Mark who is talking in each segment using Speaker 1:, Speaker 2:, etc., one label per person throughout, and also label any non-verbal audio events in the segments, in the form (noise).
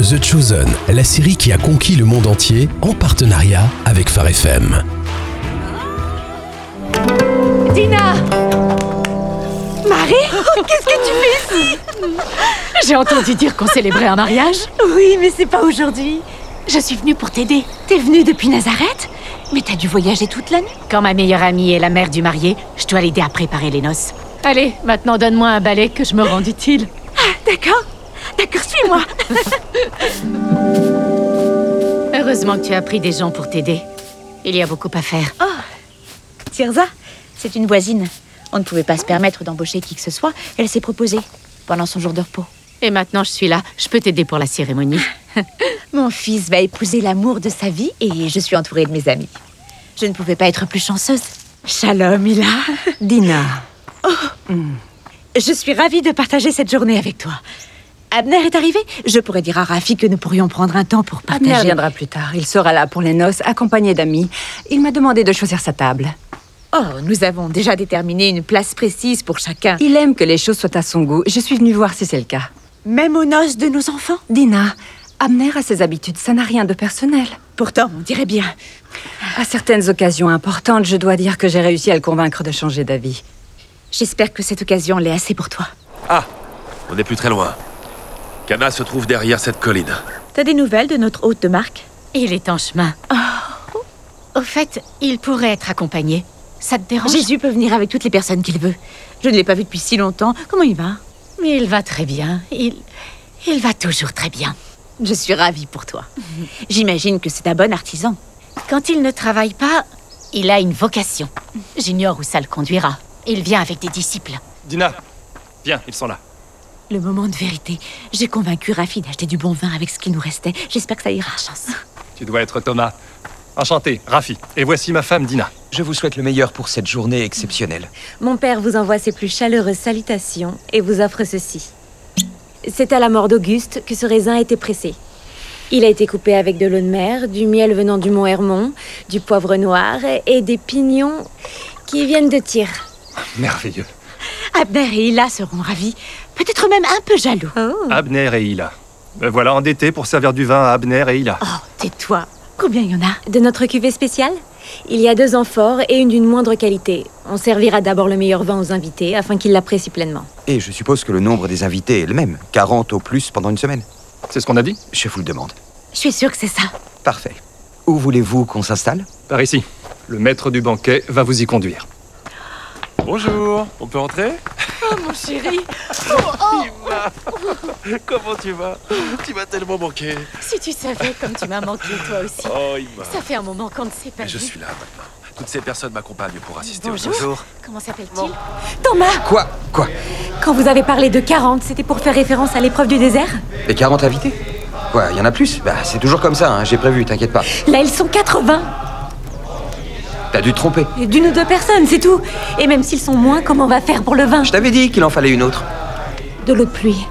Speaker 1: The Chosen, la série qui a conquis le monde entier en partenariat avec Phare FM.
Speaker 2: Dina Marie Qu'est-ce que tu fais ici J'ai entendu dire qu'on célébrait un mariage.
Speaker 3: Oui, mais c'est pas aujourd'hui.
Speaker 2: Je suis venue pour t'aider.
Speaker 3: T'es venue depuis Nazareth Mais t'as dû voyager toute la nuit.
Speaker 2: Quand ma meilleure amie est la mère du marié, je dois l'aider à préparer les noces. Allez, maintenant donne-moi un balai que je me rende utile.
Speaker 3: Ah, d'accord. D'accord, suis-moi.
Speaker 2: Heureusement que tu as pris des gens pour t'aider. Il y a beaucoup à faire.
Speaker 3: Tirza, c'est une voisine. On ne pouvait pas se permettre d'embaucher qui que ce soit. Elle s'est proposée pendant son jour de repos.
Speaker 2: Et maintenant je suis là, je peux t'aider pour la cérémonie.
Speaker 3: Mon fils va épouser l'amour de sa vie et je suis entourée de mes amis. Je ne pouvais pas être plus chanceuse. Shalom, Mila.
Speaker 4: Dina,
Speaker 3: Je suis ravie de partager cette journée avec toi. Abner est arrivé. Je pourrais dire à Rafi que nous pourrions prendre un temps pour
Speaker 4: Abner
Speaker 3: partager.
Speaker 4: viendra plus tard. Il sera là pour les noces, accompagné d'amis. Il m'a demandé de choisir sa table.
Speaker 3: Oh, nous avons déjà déterminé une place précise pour chacun.
Speaker 4: Il aime que les choses soient à son goût. Je suis venue voir si c'est le cas.
Speaker 3: Même aux noces de nos enfants.
Speaker 4: Dina, Abner a ses habitudes, ça n'a rien de personnel.
Speaker 3: Pourtant, on dirait bien.
Speaker 4: À certaines occasions importantes, je dois dire que j'ai réussi à le convaincre de changer d'avis.
Speaker 3: J'espère que cette occasion l'est assez pour toi.
Speaker 5: Ah On n'est plus très loin. Cana se trouve derrière cette colline.
Speaker 3: T'as des nouvelles de notre hôte de marque
Speaker 2: Il est en chemin. Oh. Au fait, il pourrait être accompagné. Ça te dérange
Speaker 3: Jésus peut venir avec toutes les personnes qu'il veut. Je ne l'ai pas vu depuis si longtemps. Comment il va
Speaker 2: Mais il va très bien. Il... Il va toujours très bien.
Speaker 3: Je suis ravie
Speaker 6: (laughs)
Speaker 3: pour toi. J'imagine que c'est un bon artisan.
Speaker 2: Quand il ne travaille pas, il a une vocation. J'ignore où ça le conduira. Il vient avec des disciples.
Speaker 7: Dina, viens, ils sont là.
Speaker 3: Le moment de vérité. J'ai convaincu Rafi d'acheter du bon vin avec ce qu'il nous restait. J'espère que ça ira. Chance.
Speaker 7: Tu dois être Thomas. Enchanté, Rafi. Et voici ma femme Dina.
Speaker 8: Je vous souhaite le meilleur pour cette journée exceptionnelle.
Speaker 6: (laughs) Mon père vous envoie ses plus chaleureuses salutations et vous offre ceci. C'est à la mort d'Auguste que ce raisin a été pressé. Il a été coupé avec de l'eau de mer, du miel venant du mont Hermon, du poivre noir et des pignons qui viennent de Tyr.
Speaker 7: Merveilleux.
Speaker 3: Abner et Hila seront ravis. Peut-être même un peu jaloux.
Speaker 9: Hmm.
Speaker 7: Abner et Hila. Me voilà endetté pour servir du vin à Abner et Hila.
Speaker 9: Ah.
Speaker 3: Oh, tais-toi. Combien il y en a
Speaker 6: De notre cuvée spéciale Il y a deux amphores et une d'une moindre qualité. On servira d'abord le meilleur vin aux invités afin qu'ils l'apprécient pleinement.
Speaker 8: Et je suppose que le nombre des invités est le même, 40 au plus pendant une semaine.
Speaker 7: C'est ce qu'on a dit
Speaker 8: Je vous le demande.
Speaker 3: Je suis sûre que c'est ça.
Speaker 8: Parfait. Où voulez-vous qu'on s'installe
Speaker 7: Par ici. Le maître du banquet va vous y conduire.
Speaker 5: Bonjour, on peut entrer
Speaker 2: Mon chéri,
Speaker 5: (laughs) Comment tu vas Tu m'as tellement manqué.
Speaker 2: si tu savais comme tu m'as manqué, toi aussi.
Speaker 5: Oh, Ima.
Speaker 2: Ça fait un moment qu'on ne s'est pas
Speaker 5: Mais je
Speaker 2: vu.
Speaker 5: suis là maintenant. Toutes ces personnes m'accompagnent pour assister
Speaker 2: Bonjour.
Speaker 5: au jour.
Speaker 2: Comment s'appelle-t-il
Speaker 6: Thomas
Speaker 8: Quoi Quoi
Speaker 6: Quand vous avez parlé de 40, c'était pour faire référence à l'épreuve du désert
Speaker 8: Les 40 invités Quoi, il y en a plus Bah, c'est toujours comme ça, hein, j'ai prévu, t'inquiète pas.
Speaker 6: Là, ils sont 80
Speaker 8: T'as dû te tromper.
Speaker 6: Et D'une ou deux personnes, c'est tout Et même s'ils sont moins, comment on va faire pour le vin
Speaker 8: Je t'avais dit qu'il en fallait une autre.
Speaker 6: De l'eau de pluie.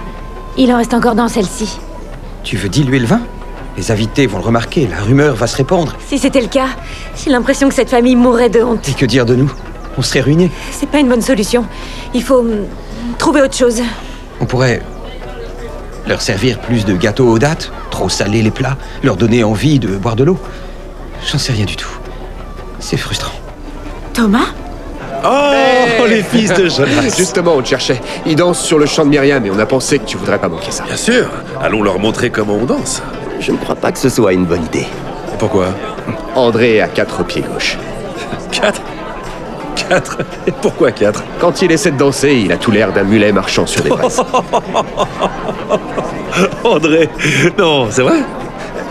Speaker 6: Il en reste encore dans celle-ci.
Speaker 8: Tu veux diluer le vin Les invités vont le remarquer, la rumeur va se répandre.
Speaker 6: Si c'était le cas, j'ai l'impression que cette famille mourrait de honte.
Speaker 8: Et que dire de nous On serait ruinés.
Speaker 6: C'est pas une bonne solution. Il faut hum, trouver autre chose.
Speaker 8: On pourrait leur servir plus de gâteaux aux dates, trop saler les plats, leur donner envie de boire de l'eau. J'en sais rien du tout. C'est frustrant.
Speaker 3: Thomas
Speaker 9: Oh, les fils de
Speaker 8: (laughs)
Speaker 9: Jonas Justement, on te cherchait. Ils dansent sur le champ de Myriam et on a pensé que tu voudrais pas manquer ça.
Speaker 5: Bien sûr, allons leur montrer comment on danse.
Speaker 9: Je ne crois pas que ce soit une bonne idée.
Speaker 5: Pourquoi
Speaker 9: André est à quatre pieds gauche.
Speaker 5: 4 4 Et pourquoi 4
Speaker 9: Quand il essaie de danser, il a tout l'air d'un mulet marchant sur des braises.
Speaker 5: André Non, Oh, c'est vrai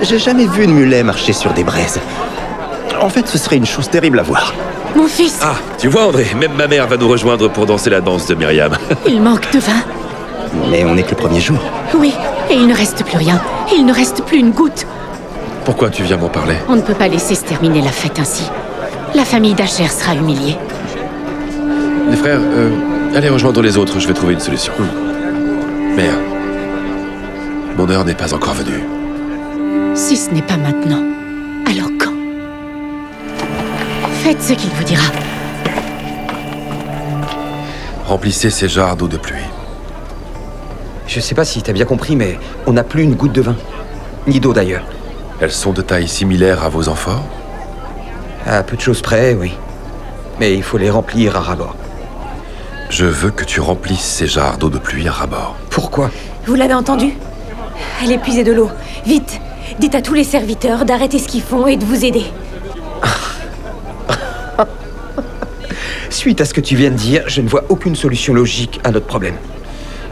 Speaker 9: J'ai jamais vu une mulet marcher sur des braises. En fait, ce serait une chose terrible à voir.
Speaker 2: Mon fils,
Speaker 5: Ah, tu vois André, même ma mère va nous rejoindre pour danser la danse de Myriam. (laughs)
Speaker 2: il manque de vin.
Speaker 9: Mais on n'est que le premier jour.
Speaker 2: Oui, et il ne reste plus rien. Il ne reste plus une goutte.
Speaker 5: Pourquoi tu viens m'en parler
Speaker 2: On ne peut pas laisser se terminer la fête ainsi. La famille d'Acher sera humiliée.
Speaker 5: Les frères, euh, allez rejoindre les autres, je vais trouver une solution. Mère, mon heure n'est pas encore venue.
Speaker 2: Si ce n'est pas maintenant, alors quand Faites ce qu'il vous dira.
Speaker 5: Remplissez ces jarres d'eau de pluie.
Speaker 8: Je sais pas si t'as bien compris, mais on n'a plus une goutte de vin. ni d'eau d'ailleurs.
Speaker 5: Elles sont de taille similaire à vos amphores
Speaker 8: À peu de choses près, oui. Mais il faut les remplir à ras-bord.
Speaker 5: Je veux que tu remplisses ces jarres d'eau de pluie à ras-bord.
Speaker 8: Pourquoi
Speaker 6: Vous l'avez entendu Elle est puisée de l'eau. Vite Dites à tous les serviteurs d'arrêter ce qu'ils font et de vous aider.
Speaker 8: Suite à ce que tu viens de dire, je ne vois aucune solution logique à notre problème.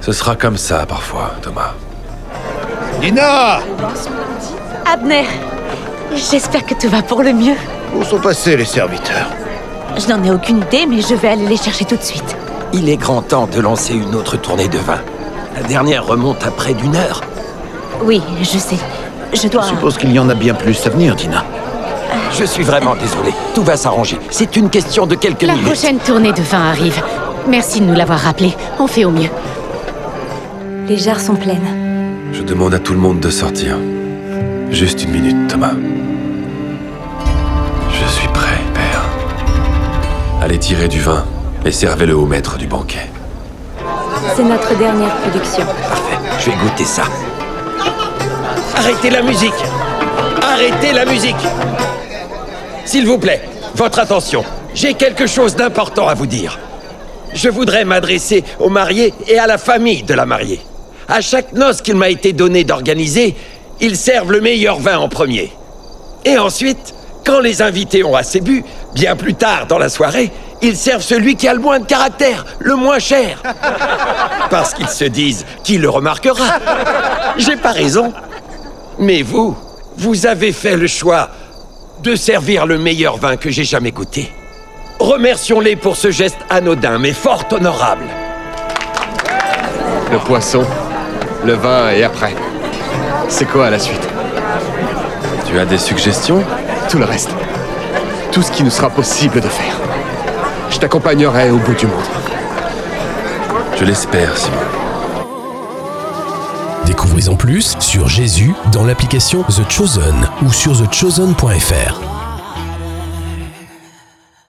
Speaker 5: Ce sera comme ça parfois, Thomas.
Speaker 10: Dina
Speaker 3: Abner, j'espère que tout va pour le mieux.
Speaker 10: Où sont passés les serviteurs
Speaker 3: Je n'en ai aucune idée, mais je vais aller les chercher tout de suite.
Speaker 11: Il est grand temps de lancer une autre tournée de vin. La dernière remonte à près d'une heure.
Speaker 3: Oui, je sais. Je dois...
Speaker 10: Je suppose qu'il y en a bien plus à venir, Dina.
Speaker 11: Je suis vraiment désolé. Tout va s'arranger. C'est une question de quelques
Speaker 2: La
Speaker 11: minutes.
Speaker 2: prochaine tournée de vin arrive. Merci de nous l'avoir rappelé. On fait au mieux.
Speaker 6: Les jarres sont pleines.
Speaker 5: Je demande à tout le monde de sortir. Juste une minute, Thomas. Je suis prêt, père. Allez tirer du vin et servez-le au maître du banquet.
Speaker 6: C'est notre dernière production.
Speaker 11: Je vais goûter ça. Arrêtez la musique Arrêtez la musique S'il vous plaît, votre attention. J'ai quelque chose d'important à vous dire. Je voudrais m'adresser aux mariés et à la famille de la mariée. À chaque noce qu'il m'a été donné d'organiser, ils servent le meilleur vin en premier. Et ensuite, quand les invités ont assez bu, bien plus tard dans la soirée, ils servent celui qui a le moins de caractère, le moins cher. Parce qu'ils se disent qui le remarquera. J'ai pas raison. Mais vous, vous avez fait le choix de servir le meilleur vin que j'ai jamais goûté. Remercions-les pour ce geste anodin mais fort honorable.
Speaker 9: Le poisson, le vin et après. C'est quoi la suite
Speaker 5: Tu as des suggestions
Speaker 9: Tout le reste. Tout ce qui nous sera possible de faire. Je t'accompagnerai au bout du monde.
Speaker 5: Je l'espère, Simon.
Speaker 1: Découvrez en plus sur Jésus dans l'application The Chosen ou sur thechosen.fr.